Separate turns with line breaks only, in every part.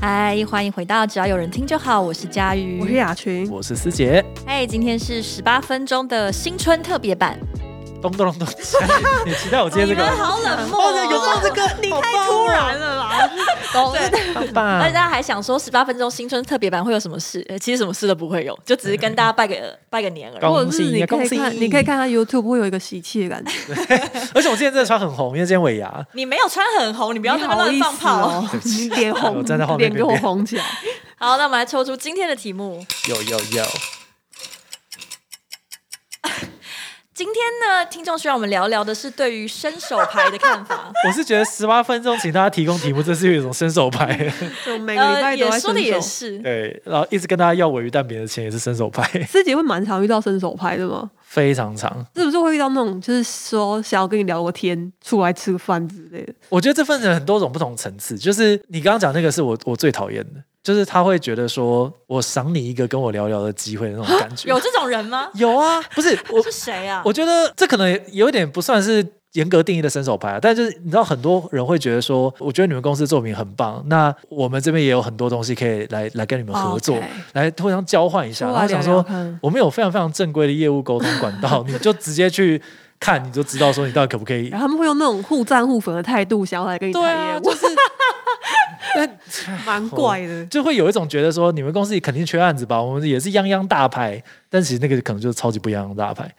嗨，欢迎回到只要有人听就好，我是佳瑜，
我是雅群，
我是思杰。
嗨，今天是十八分钟的新春特别版，
咚咚咚咚，你期待我今天这个？
好冷漠
哦，对有放这个，
你
好
太
棒
突
哦
然了啦！
懂
棒
而且
棒
大家还想说十八分钟新春特别版会有什么事？呃其实什么事都不会有，就只是跟大家拜个拜个年而已。
恭
或者
喜
是你可
恭
以
喜
看，你可以看他 YouTube 会有一个喜气的感觉。
而且我今天真的穿很红，因为今天尾牙。
你没有穿很红， 你不
不
要这么乱放炮。
哦， 你脸红，
我站在后面
脸给我
边边
红 起来。
好，那我们来抽出今天的题目。
有有有，
今天呢，听众希望我们聊聊的是对于伸手牌的看 法。
我是觉得十八分钟请大家提供题目，这是有一种伸手 牌。
就每个礼
呃，
拜都
也
在
说的也
伸手。
是，
对，然后一直跟大家要尾鱼蛋饼的钱也是伸手牌，
自己会蛮常遇到伸手牌的吗？
非常长。
是不是会遇到那种就是说想要跟你聊个天，出来吃个饭之类的？
我觉得这份人很多种不同层次，就是你刚刚讲那个是我我最讨厌的，就是他会觉得说我赏你一个跟我聊聊的机会的那种感 觉。
有这种人吗？
有啊，不是我
是谁啊？
我觉得这可能有点不算是严格定义的伸手牌、啊，但就是你知道，很多人会觉得说，我觉得你们公司作品很棒，那我们这边也有很多东西可以来来跟你们合作
哦 OK
来互相交换一下。
出
然
来
后想
聊聊
说，
看。
我们有非常非常正规的业务沟通管道，你就直接去看，你就知道说你到底可不可 以
然。后他们会用那种互赞互粉的态度，想要来跟你
对
谈
啊，
业
就
务，
是但
蛮
哎
怪的。
就会有一种觉得说，你们公司肯定缺案子吧？我们也是泱泱大牌，但其实那个可能就是超级不泱泱大 牌。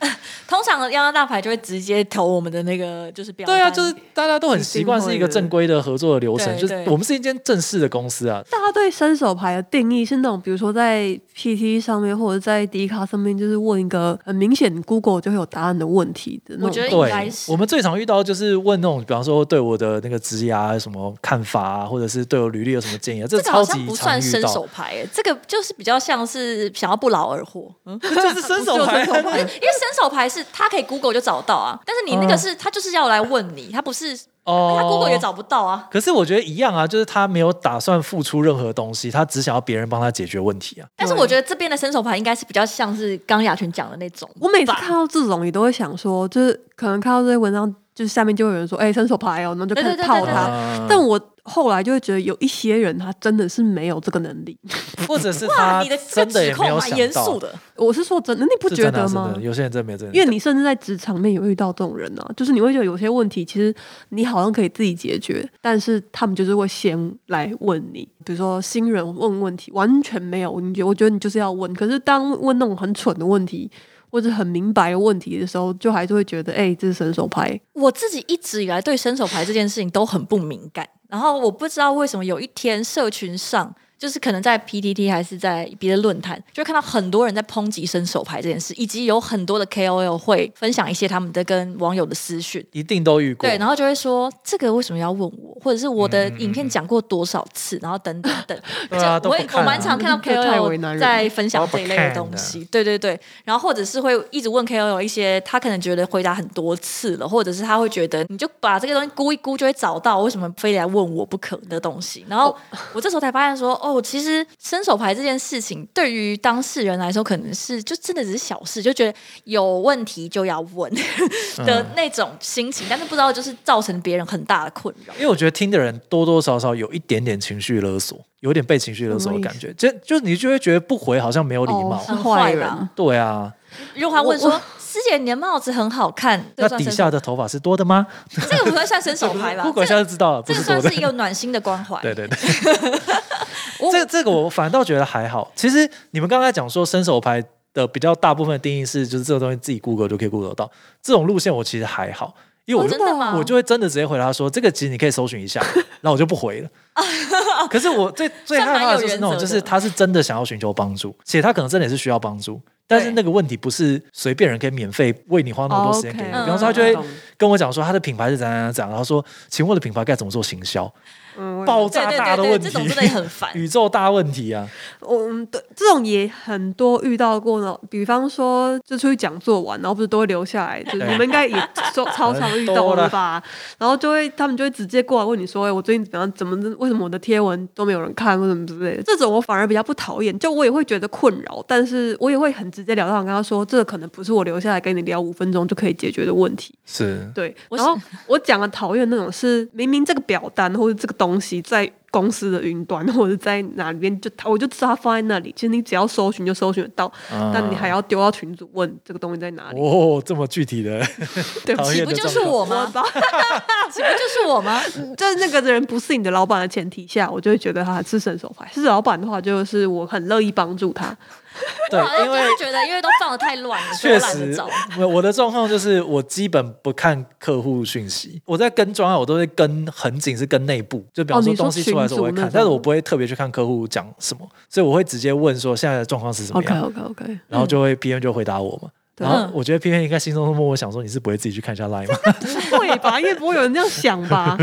通常泱泱大牌就会直接投我们的那个就是表单。
对啊，就是大家都很
一
习
定
惯
会
是一个
的
正规的合作的流程，
对
就是
对
我们是一间正式的公司啊。
大家对伸手牌的定义是那种，比如说在 PT 上面或者在迪卡上面，就是问一个很明显 Google 就会有答案的问题的那种。
我觉得应
对
该，是
我们最常遇到就是问那种，比方说对我的那个职业啊有什么看法啊，或者是对我履历有什么建议啊，这
这个好
超
像
级
不
常
算
遇
伸
到
手，牌、欸，这个就是比较像是想要不劳而获。嗯，
这就是伸手牌
不是伸手
因为
牌
伸手牌是他可以 Google 就找到啊，但是你那个是他就是要来问你，他不是他 Google 也
哦。
找不到啊。
可是我觉得一样啊，就是他没有打算付出任何东西，他只想要别人帮他解决问题啊。
但是我觉得这边的伸手牌应该是比较像是刚雅群讲的那种，
我每次看到这种，也都会想说，就是可能看到这些文章，就是下面就会有人说，哎、伸手牌哦，然后就开
对
始
对对
套
对
他。
啊
但我后来就会觉得，有一些人他真的是没有这个能力。
或者是
哇，
他
你的这
真
个
的也
指
没
控
有
蛮
想
严肃
到，
的，
我是说真的，你不
是
觉
真的
得
啊
吗
真的，？有些人真的没有这个能力，
因为你甚至在职场面也会遇到这种人啊，就是你会觉得有些问题其实你好像可以自己解决，但是他们就是会先来问你，比如说新人问问题完全没有，你觉我觉得你就是要问，可是当问那种很蠢的问题或者很明白的问题的时候，就还是会觉得哎、这是伸手牌，
我自己一直以来对伸手牌这件事情都很不敏感， 然后我不知道为什么有一天社群上，就是可能在 PTT 还是在别的论坛，就会看到很多人在抨击伸手牌这件事，以及有很多的 KOL 会分享一些他们的跟网友的私讯。
一定都遇过。
对，然后就会说这个为什么要问我，或者是我的影片讲过多少次，然后等等等。
对啊
就
都
我
不
也我
看啊
蛮常看到
这太
KOL
为难人
在分享
都不
这一类的
看
东
的
西，对对对。然后或者是会一直问 KOL 一些他可能觉得回答很多次了，或者是他会觉得你就把这个东西估一估就会找到，为什么非得来问我不可的东西？然
哦
后我这时候才发现说，哦，其实伸手牌这件事情对于当事人来说，可能是就真的只是小事，就觉得有问题就要问。
嗯
的那种心情，但是不知道就是造成别人很大的困扰。
因为我觉得听的人多多少少有一点点情绪勒索，有点被情绪勒索的感觉，就就是你就会觉得不回好像没有礼貌。
哦是
很坏
坏
吧
人。
对啊，
如果他问
我
说：“师姐，你的帽子很好看。”这
那
算
底
伸
下的头发是多的吗？
手这个不会算伸手牌吧？
不管
这
下
个
就知道了，不
这个
是
算
多
是一
的。
个暖心的关怀。
对 对对，
我
这这个我反倒觉得还好。其实你们刚才讲说伸手牌的比较大部分的定义是，就是这个东西自己 Google 就可以 Google 到，这种路线我其实还好，因为
哦，
我就
真的吗？
我就会真的直接回答说，这个其实你可以搜寻一下，然后我就不回 了。可是我最最害怕的就是
算
那
蛮有原
种，
则的
就是他是真的想要寻求帮助，且他可能真的也是需要帮助，但是那个问题不是随便人可以免费为你花那么多时间给你。
哦
OK
比方说，他就会
嗯
跟我讲说他的品牌是怎样怎样怎样，然后说，请问我的品牌该怎么做行销？
嗯，
爆
对
炸
对
大的
对
问
对，
题
这，种真的也很 烦。
宇宙大问题啊！
我嗯，对，这种也很多遇到过呢。比方说，就出去讲座完，然后不是都会留下来，就是
对
你们应该也说超常遇到了吧？然后就会他们就会直接过来问你说：“哎、我最近怎么样？怎么为什么我的贴文都没有人看，或什么之类的？”这种我反而比较不讨厌，就我也会觉得困扰，但是我也会很直截了当地跟他说：“这个可能不是我留下来跟你聊五分钟就可以解决的问题。”
是
对，
我
然后我讲的讨厌那种是明明这个表单或者这个东西在公司的云端或者在哪里面，就它我就知道它放在那里。其实你只要搜寻就搜寻得到，
嗯
但你还要丢到群组问这个东西在哪里。
哦，这么具体的，
对不
讨
岂
起
厌
不
的
就
状
是
况
我
我
吗
知？ 道，
岂不就是我吗？
在那个人不是你的老板的前提下，我就会觉得他是伸手牌。是老板的话，就是我很乐意帮助他。
我好
对，
像
因
就
为
是觉得，因为都放的太乱了，所以
确
我懒得
实
找。，
我我的状况就是我基本不看客户讯息，我在跟专案，我都会跟很紧，是跟内部，就比方
哦
说
你说
东西出来的时候我会
群组那种
看，但是我不会特别去看客户讲什么，所以我会直接问说现在的状况是怎么样
OK OK，
然后就会 PM 就回答我嘛。
对嗯
然后我觉得 P N 应该心中默默想说，你是不会自己去看一下 Line 吗？
不会吧？因为不会有人这样想吧？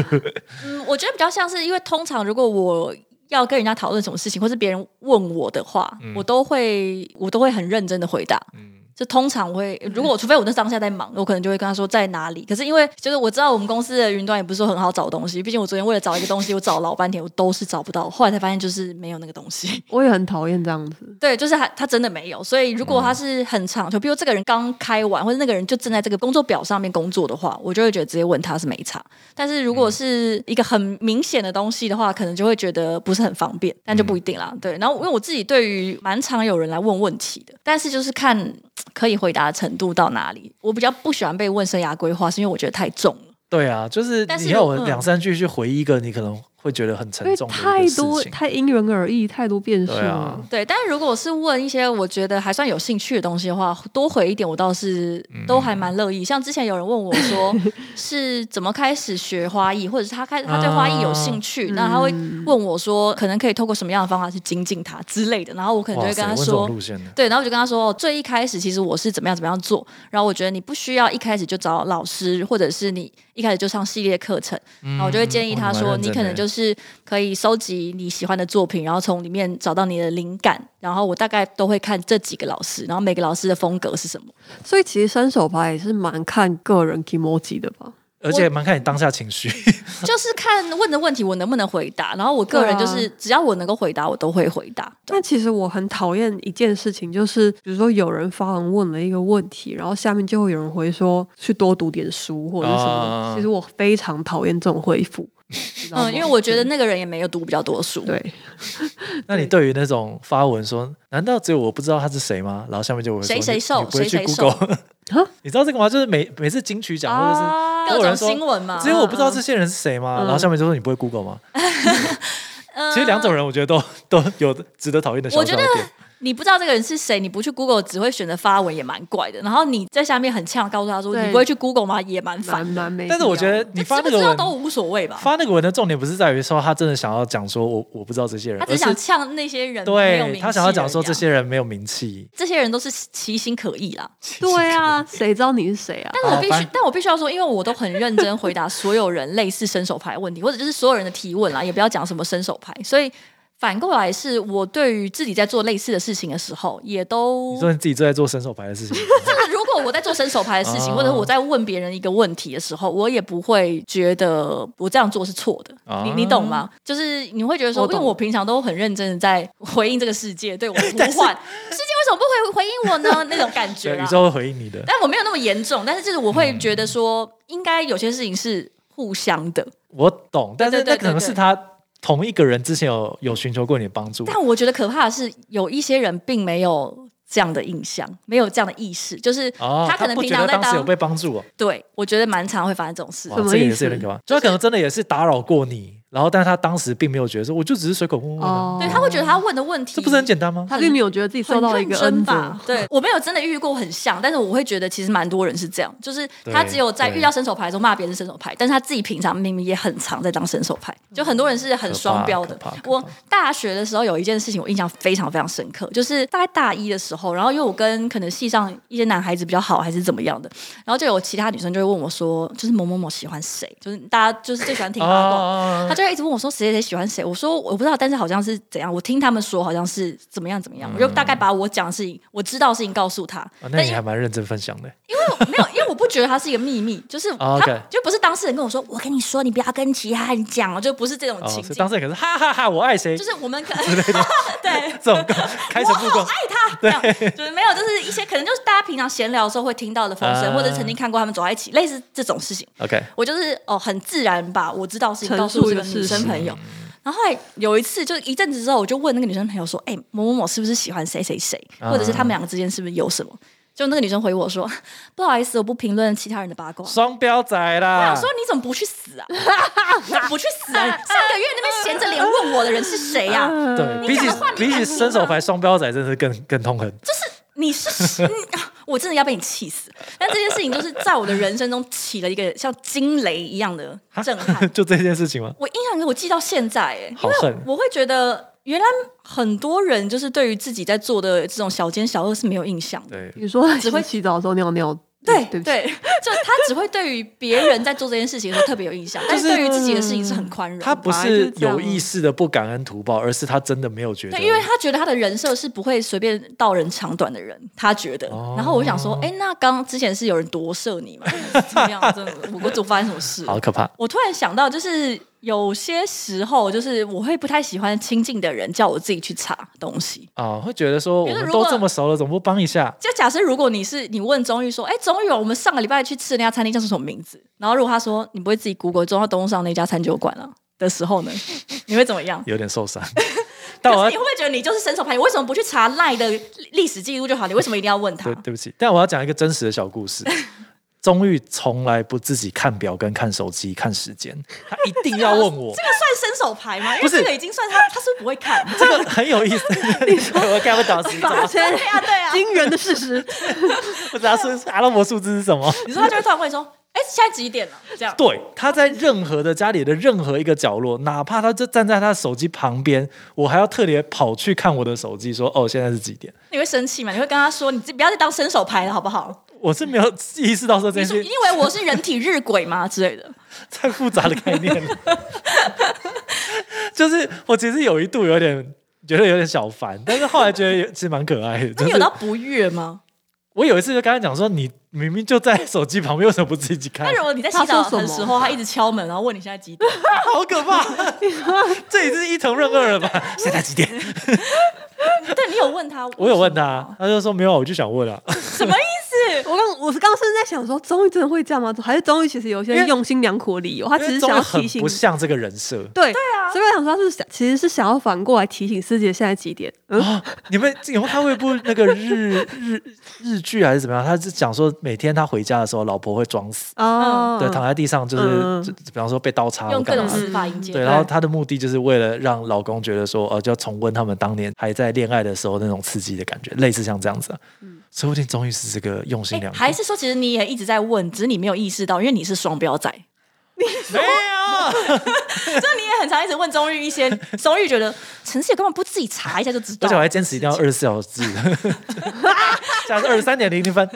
嗯，我觉得比较像是，因为通常如果我要跟人家讨论什么事情，或是别人问我的话，我都会我都会很认真的回答。
嗯
就通常我会，如果我除非我那当下在忙，我可能就会跟他说在哪里。可是因为就是我知道我们公司的云端也不是说很好找东西，毕竟我昨天为了找一个东西，我找了老半天，我都是找不到，后来才发现就是没有那个东西。
我也很讨厌这样子。
对，就是他他真的没有。所以如果他是很长，就比如这个人刚开完，或者那个人就正在这个工作表上面工作的话，我就会觉得直接问他是没差。但是如果是一个很明显的东西的话，可能就会觉得不是很方便，但就不一定啦。对，然后因为我自己对于蛮常有人来问问题的，但是就是看嘖可以回答的程度到哪里。我比较不喜欢被问生涯规划，是因为我觉得太重了。
对啊，就是
但是
你要
如
有两三句去回忆一个你可能会觉得很
嗯
沉
因为
重的一
太
个事
多
情。
太因人而异，太多变数
对啊
了。，
对，但是如果是问一些我觉得还算有兴趣的东西的话，多回一点我倒是
嗯
都还蛮乐意。像之前有人问我说 是怎么开始学花艺，或者是他开他对花艺有兴趣，
嗯
那他会问我说可能可以透过什么样的方法去精进它之类的，然后我可能就
哇
会
塞，
跟他
问这种
说。
路线的，
对，然后我就跟他说，哦最一开始其实我是怎么样怎么样做，然后我觉得你不需要一开始就找老师，或者是你一开始就上系列课程，
嗯
然后我就会建议他
哇
说，
哦蛮认
你
真
可能
的
就是可以收集你喜欢的作品，然后从里面找到你的灵感，然后我大概都会看这几个老师，然后每个老师的风格是什么。
所以其实伸手牌也是蛮看个人 emoji 的吧？
而且蛮看你当下情绪。
就是看问的问题我能不能回答，然后我个人就是、只要我能够回答，我都会回答。
那其实我很讨厌一件事情，就是比如说有人发文问了一个问题，然后下面就会有人回说去多读点书或者是什么
啊
的。其实我非常讨厌这种回 复，你知道吗
嗯，因为我觉得那个人也没有读比较多书。
对
那你对于那种发文说，难道只有我不知道他是谁吗？然后下面就会说
谁谁
你
瘦
你不会去
谁谁瘦
Google
啊，
你知道这个吗？就是每每次金曲奖或者是
啊
都
各
有
种
人说
新闻啊嘛，
只有我不知道这些人是谁吗？然后下面就说你不会 Google 吗？
嗯
其实两种人我觉得都 都有值得讨厌的小
我
小
觉得
点。
你不知道这个人是谁，你不去 Google 只会选择发文也蛮怪的。然后你在下面很呛地告诉他说
对
你不会去 Google 吗？也蛮
蛮
烦的。
蛮没必要。
但是我觉得你
这
发
知
那
不
个
知道
文，
都啊无所谓吧，
发那个文的重点不是在于说他真的想要讲说我我不知道这些人，
他只
而
是想
是
呛那些人没有名
对
气
他想要讲说
的人
这
呀
些人没有名气。
这些人都是其心可意啦。
对啊，谁知道你是谁啊？
但是我必
好
须
反，
但我必须要说，因为我都很认真回答所有人类似伸手牌的问题， 或者就是所有人的提问啦，也不要讲什么伸手牌。所以反过来是我对于自己在做类似的事情的时候，也都
你说你自己正在做伸手牌的 事情，
那如果我在做伸手牌的事情，
哦
或者我在问别人一个问题的时候，我也不会觉得我这样做是错的。
哦
你你懂吗？就是你会觉得说，
我
因
懂
为我平常都很认真的在回应这个世界对我 的呼唤，世界为什么不回回应我呢？ 那种感觉
对，
啦
宇。宙会回应你的。
但我没有那么严重，但是就是我会觉得说，应该有些事情是互相的。
我懂，但是
对对
那
对
可能
对
是他同一个人之前有有寻求过你的帮助，
但我觉得可怕的是，有一些人并没有这样的印象，没有这样的意识，就是
哦，
可能
不
平
觉
常
得
在
当时有被帮助哦，
对我觉得蛮常会发生这种事
哇，
什么
这个
意
也是有
思
点可怕，哦就他可能真的也是打扰过你，然后但是他当时并没有觉得说，我就只是随口问问啊、
哦，
对，他会觉得他问的问题，
这不是很简单吗？
他并没有觉得自己受到一个
很认
恩
真
泽
吧。？对我没有真的遇过很像，但是我会觉得其实蛮多人是这样，就是他
对
只有在
对
遇到伸手牌的时候骂别人是伸手牌，但是他自己平常明明也很常在当伸手牌，就很多人是很双标的
可怕可怕。可怕
我大学的时候有一件事情我印象非常非常深刻，就是大概大一的时候，然后因为我跟可能系上一些男孩子比较好还是怎么样的，然后就有其他女生就会问我说，就是某某某喜欢谁，就是大家就是最喜欢听八卦。
哦
他就会一直问我说谁谁谁喜欢谁，我说我不知道，但是好像是怎样，我听他们说好像是怎么样怎么样，我就大概把我讲的事情、我知道的事情告诉他。
啊嗯那
但
你
因
还
为
蛮认真分享的，
没有，因为我不觉得它是一个秘密，就是他、
哦，OK
就不是当事人跟我说，我跟你说，你不要跟其他人讲哦，就不是这种
哦，
情
所
境，
以当时可是哈哈哈我爱谁
就，是我们 可 对。
这 种开诚布
我好
公
爱他，这样就是没有，就是一些可能就是大家平常闲聊的时候会听到的风声，
啊
或者曾经看过他们走在一起，类似这种事情。
，OK，
我就是哦，很自然把我知道的事情
陈
告诉我
述
这
一
个
个
女
事
生
实
朋友。然后后来有一次，就一阵子之后，我就问那个女生朋友说：“哎、某某某是不是喜欢谁谁谁，
啊
或者是他们两个之间是不是有什么？”就那个女生回我说：“不好意思，我不评论其他人的八卦。”
双标仔啦！
我想说你怎么不去死啊？你怎么不去死啊？上个月那边闲着脸问我的人是谁呀、啊？
对，比起比起伸手牌双标仔，真的是更更痛恨。。
你是你啊我真的要被你气死！但这件事情就是在我的人生中起了一个像惊雷一样的震撼
就这件事情吗？
我印象中我记到现在、哎，
好恨
因为我会觉得原来很多人就是对于自己在做的这种小奸小恶是没有印象的。
对，
你说
只会
洗澡的时候尿尿，
对
对不起，
对， 就他只会对于别人在做这件事情的时候特别有印象，但是对于自己的事情是很宽容的。
他不是啊有意识的不感恩图报，而是他真的没有觉得。
对，因为他觉得他的人设是不会随便道人长短的人，他觉得。
哦
然后我就想说，哎、那刚之前是有人夺舍你嘛？ 怎么样？真的，我我总发生什么事了？
好可怕。
我突然想到，就是有些时候，就是我会不太喜欢亲近的人叫我自己去查东西。
啊，会觉得说我
觉得
们
如
都
果
这么熟了，怎么不帮一下？
就假设如果你是你问钟玉说，哎、钟玉哦，我们上个礼拜去吃的那家餐厅叫什么名字？然后如果他说你不会自己 Google 中央东路上那家餐酒馆啊的时候呢，你会怎么样？
有点 受伤。但
可是
我要
你会不会觉得你就是伸手牌？你为什么不去查赖的历史记录就好？你为什么一定要问他
对？对不起，但我要讲一个真实的小故 事。钟玉从来不自己看表、跟看手机、看时间，他一定要问我
这。个算伸手牌吗？因
不
为
是
这个已经算他，他是不是不会看？
这个很有意 思， 我看不懂时钟，
发现
对啊，对啊。
惊人的事实，
不知道是阿拉伯数字是什么。
你说他就会突然问说：“哎、现在几点了？”这样。
对，他在任何的家里的任何一个角落，哪怕他就站在他的手机旁边，我还要特别跑去看我的手机，说哦，现在是几点？
你会生气吗？你会跟他说：“你这不要再当伸手牌了，好不好
我是没有意识到说？”这
你说：“
些
你以为我是人体日晷吗？”之类的。
太复杂的概念 了。就是我其实有一度有点觉得有点小烦，但是后来觉得也其实蛮可爱 的。
那
就
你
是
有到不悦吗？
我有一次就跟他讲说，你明明就在手机旁边，为什么不自己 看
那？如果你在洗澡
他说什
的
么
时候，他一直敲门，然后问你现在几点，
好可怕！这也是一同任二了吧？现在几点？
对你有问他？
我有问他，他就说没有，我就想问啊。
什么意思？
我刚我是刚刚甚至在想说，终于真的会这样吗？还是终于其实有一
因
些
为
用心良苦的理由，他只是
因为
想
钟
要
宇很
提醒
不。像这个人设。
对对啊，所以我想说他是想，其实是想要反过来提醒师姐现在几点。 嗯，
啊你们有没有看过一部那个日日日剧还是怎么样？他是讲说每天他回家的时候，老婆会装死，
哦，
对，躺在地上就是，
嗯
就比方说被刀插或
用各
干
种
嘛。
死法迎接。
啊对，然后她的目的就是为了让老公觉得说，呃，就要重温他们当年还在恋爱的时候那种刺激的感觉，类似像这样子、啊。
嗯
说不定终于是这个用心
哎
良，苦，
还是说其实你也一直在问，只是你没有意识到，因为你是双 标仔。
没有，
你也很常一直问钟玉一些，钟玉觉得陈世也根本不自己查一下就知道
而且我，还坚持一定要二十四 小时， 现在是二十三点零零分。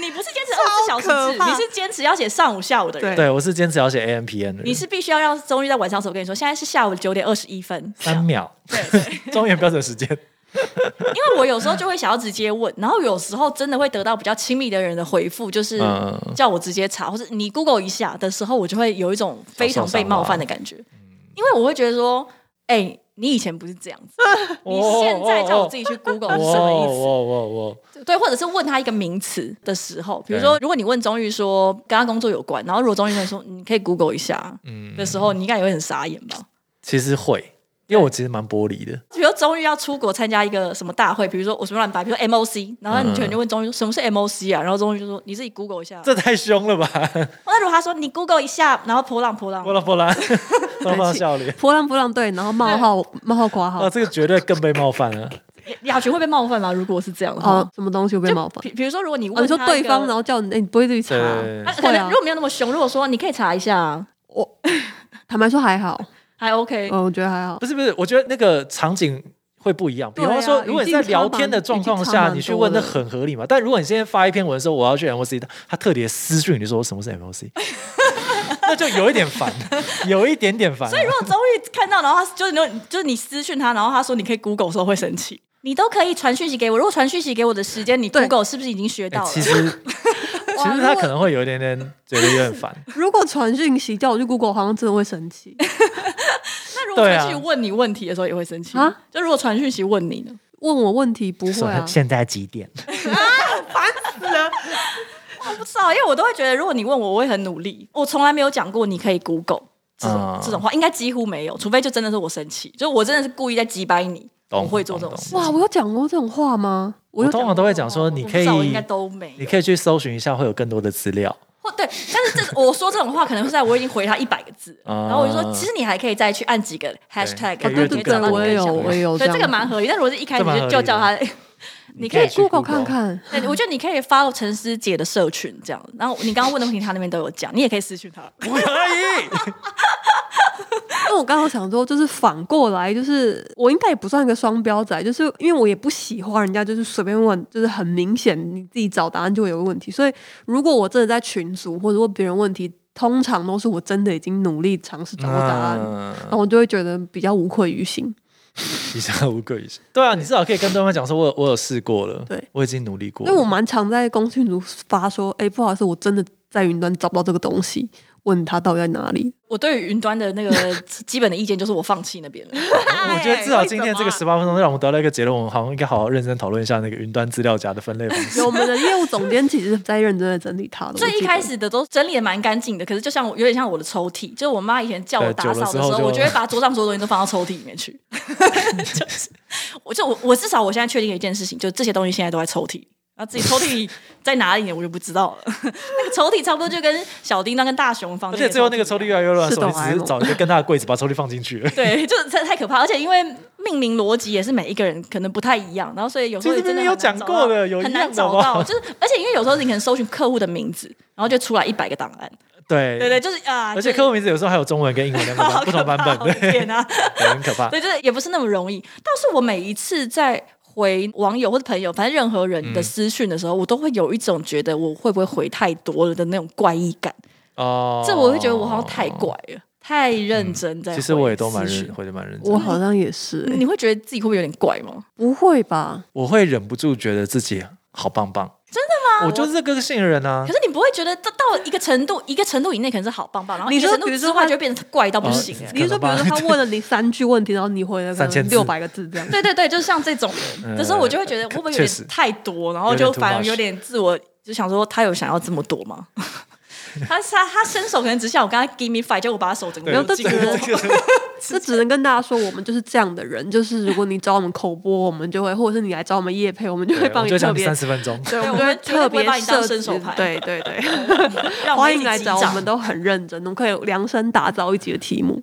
你不是坚持二十四小时
超可
制，
怕
你是坚持要写上午下午的人，
对
对，我是坚持要写 A M P N 的人，
你是必须要让钟玉在晚上的时候跟你说，现在是下午九点二十一分。
三秒， 中原标准时间。
因为我有时候就会想要直接问，然后有时候真的会得到比较亲密的人的回复，就是
嗯
叫我直接查，或者你 Google 一下的时候，我就会有一种非常被冒犯的感
哦
觉，因为我会觉得说，哎、你以前不是这样 子，你现在叫我自己
哦
去 Google 哦是什么意思？
我我我
对，或者是问他一个名词的时候，比如说，如果你问钟玉说跟他工作有关，然后如果钟玉跟你说你可以 Google 一下
嗯，
的时候，你应该也会很傻眼吧？
其实会，因为我其实蛮玻璃的。
比如说钟玉要出国参加一个什么大会，比如说我随便乱摆，比如说 MOC，然
嗯
后你可能就问钟玉什么是 MOC 啊，然后钟玉就说你自己 Google 一下。
这太 凶了吧！
那如果他说你 Google 一下，然后波浪波浪
波，浪波 浪，波浪笑脸
波浪波浪对，然后冒号冒号括
啊，
号，
这个绝对更被冒犯了。
雅群会被冒犯吗？如果是这样的话
哦，，什么东西会被
就
冒犯？
比比如说如果你
哦，
问
你说
他一
对
个
方，然。后叫你，哎，你不会自己查啊？
对
他 可
会
能
啊
如果没有那么凶，如果说你可以查一下啊，
坦白说还好，
还 OK。
嗯，我觉得还好。
不是不是，我觉得那个场景会不一样。比
对啊
方说，如果你在聊天的状况
语境差
下，
蛮
你去问那很合理嘛。但如果你现在发一篇文说我要去 MOC，他特别私讯你说什么是 MOC，那就有一点烦，有一点点烦。啊
所以如果终于看到，然后他就是你就是你私讯他，然后他说你可以 Google 的时候会生气。你都可以传讯息给我，如果传讯息给我的时间，你
对
Google 是不是已经学到
哎
了？
其实其实他可能会有一点点觉得有点烦。
如果传讯息叫我去 Google，好像真的会 生气
那如果
对啊
传讯息问你问题的时候也会生气
啊？
就如果传讯息问你呢？
问我问题不会啊
说，现在几点？
我不知道，因为我都会觉得，如果你问我，我会很努力。我从来没有讲过你可以 Google 这种、
嗯
这种话，应该几乎没有，除非就真的是我生气，就我真的是故意在击败你，
懂
我会做这种
懂
事。
哇，我有讲过这种话吗？我
我
有
通
讲
常都会讲说，你
我不
可
知
以
啊道我应该都没
你
有。
可以去搜寻一下，会有更多的资 料。
或对，但是这我说这种话，可能是在我已经回他一百个字，
啊
然后我就说，其实你还可以再去按几个 hashtag，
可以
然后
对
阅
直
读
接找到
哦对对，
更
我
你的
也有，
想法
我也有
对，
样
这
子。
个蛮合理。但如果是一开始
这蛮
就
合理
就
的
叫他， 你可
可
以
以去
Google
Google
看看，
对，我觉得你可以 follow 陈思杰的社群这样。然后你刚刚问的问题，他那边都有讲，你也可以私讯他。
不可以，
因为我刚刚想说，就是反过来，就是我应该也不算一个双标仔，就是因为我也不喜欢人家就是随便问，就是很明显你自己找答案就会有问题。所以如果我真的在群组或者问别人问题，通常都是我真的已经努力尝试找到答
啊
案，
嗯
然后我就会觉得比较无愧于心。
以上无愧于心。对啊，你至少可以跟对方讲说，我有我有试过了，
对，
我已经努力过
因
了。
为我蛮常在公群组发说，哎、不好意思，我真的在云端找不到这个东西，问他到底在哪里。
我对于云端的那个基本的意见就是我放弃那边了。
我觉得至少今天这个
为什
十
哎么啊
八分钟让我们得到一个结论，我们好像应该好好认真讨论一下那个云端资料夹的分类方 式。
有我们的业务总监其实在认真的整理它的。我
最
记
一
得
开始的都整理的蛮干净的，可是就像我有点像我的抽屉，就是我妈以前叫我
对
打
久了
扫的
之
时
后
候，
就
我就会把桌上所有东西都放到抽屉里面去。就是，我就我我至少我现在确定一件事情，就这些东西现在都在抽屉里。然后自己抽屉在哪里呢？我就不知道了。那个抽屉差不多就跟小叮当跟大雄房
而
间，
且最后那个抽屉越来越乱的时候，你
是哆啦
啊
A
只是
梦
找一个更大的柜子把抽屉放进去。
对，就是太太可怕，而且因为命名逻辑也是每一个人可能不太一样，然后所以有时候
其
也
实
真的
明明有
很难
讲
找
过
到
的有一
很
样
难
的
找
吧
到，就是而且因为有时候你可能搜寻客户的名字，然后就出来一百个档案，
对
对对，就是啊，
而且
就是
客户名字有时候还有中文跟英文两 个
好
版
可
不同版
怕
本，
哦
对，
天啊，
对很可怕。
对，就是也不是那么容易。倒是我每一次在回网友或者朋友，反正任何人的
嗯
私讯的时候，我都会有一种觉得我会不会回太多了的那种怪异感。
哦，嗯
这我会觉得我好像太怪了，太认真在、
其实我也都蛮认，
认，
回的蛮认真
我
的。
好像也是、欸
你会觉得自己会不会有点怪吗？
不会吧？
我会忍不住觉得自己好棒棒，真的吗？我就是这个性的人啊
可。是你不会觉得到到了一个程度，一个程度以内可能是好棒棒，然后
你
一个
说
程度
比如
之
说
外
他
就会变成怪到不
哦
行、欸。
你是说，比如说他问了你三句问题，然后你回了可
3000
能
字
六百个字这 样？
对对对，就是像这种人
嗯
的时候，我就会觉得会不会有
确实
点太多，然后
有
就
点 too
反而
much
有点自我，就想说他有想要这么多吗？ 他他他伸手可能只想我跟他 give me five，结果我把他手整个
对
然后
都
这
进
只
了
能这只能跟大家说，我们就是这样的人。就是如果你找我们口播，我们就会，或者是你来找我们夜配，我们就会
对我
帮你
就
特
讲你
别
三，十分钟，
对，
对
我们就
我
会特
们绝对不会
别
把你当
设
伸手
置
牌
对对 对，
让我
欢
一起
迎来
击
找，我
掌
们都很认真，我们可以量身打造一集的题目。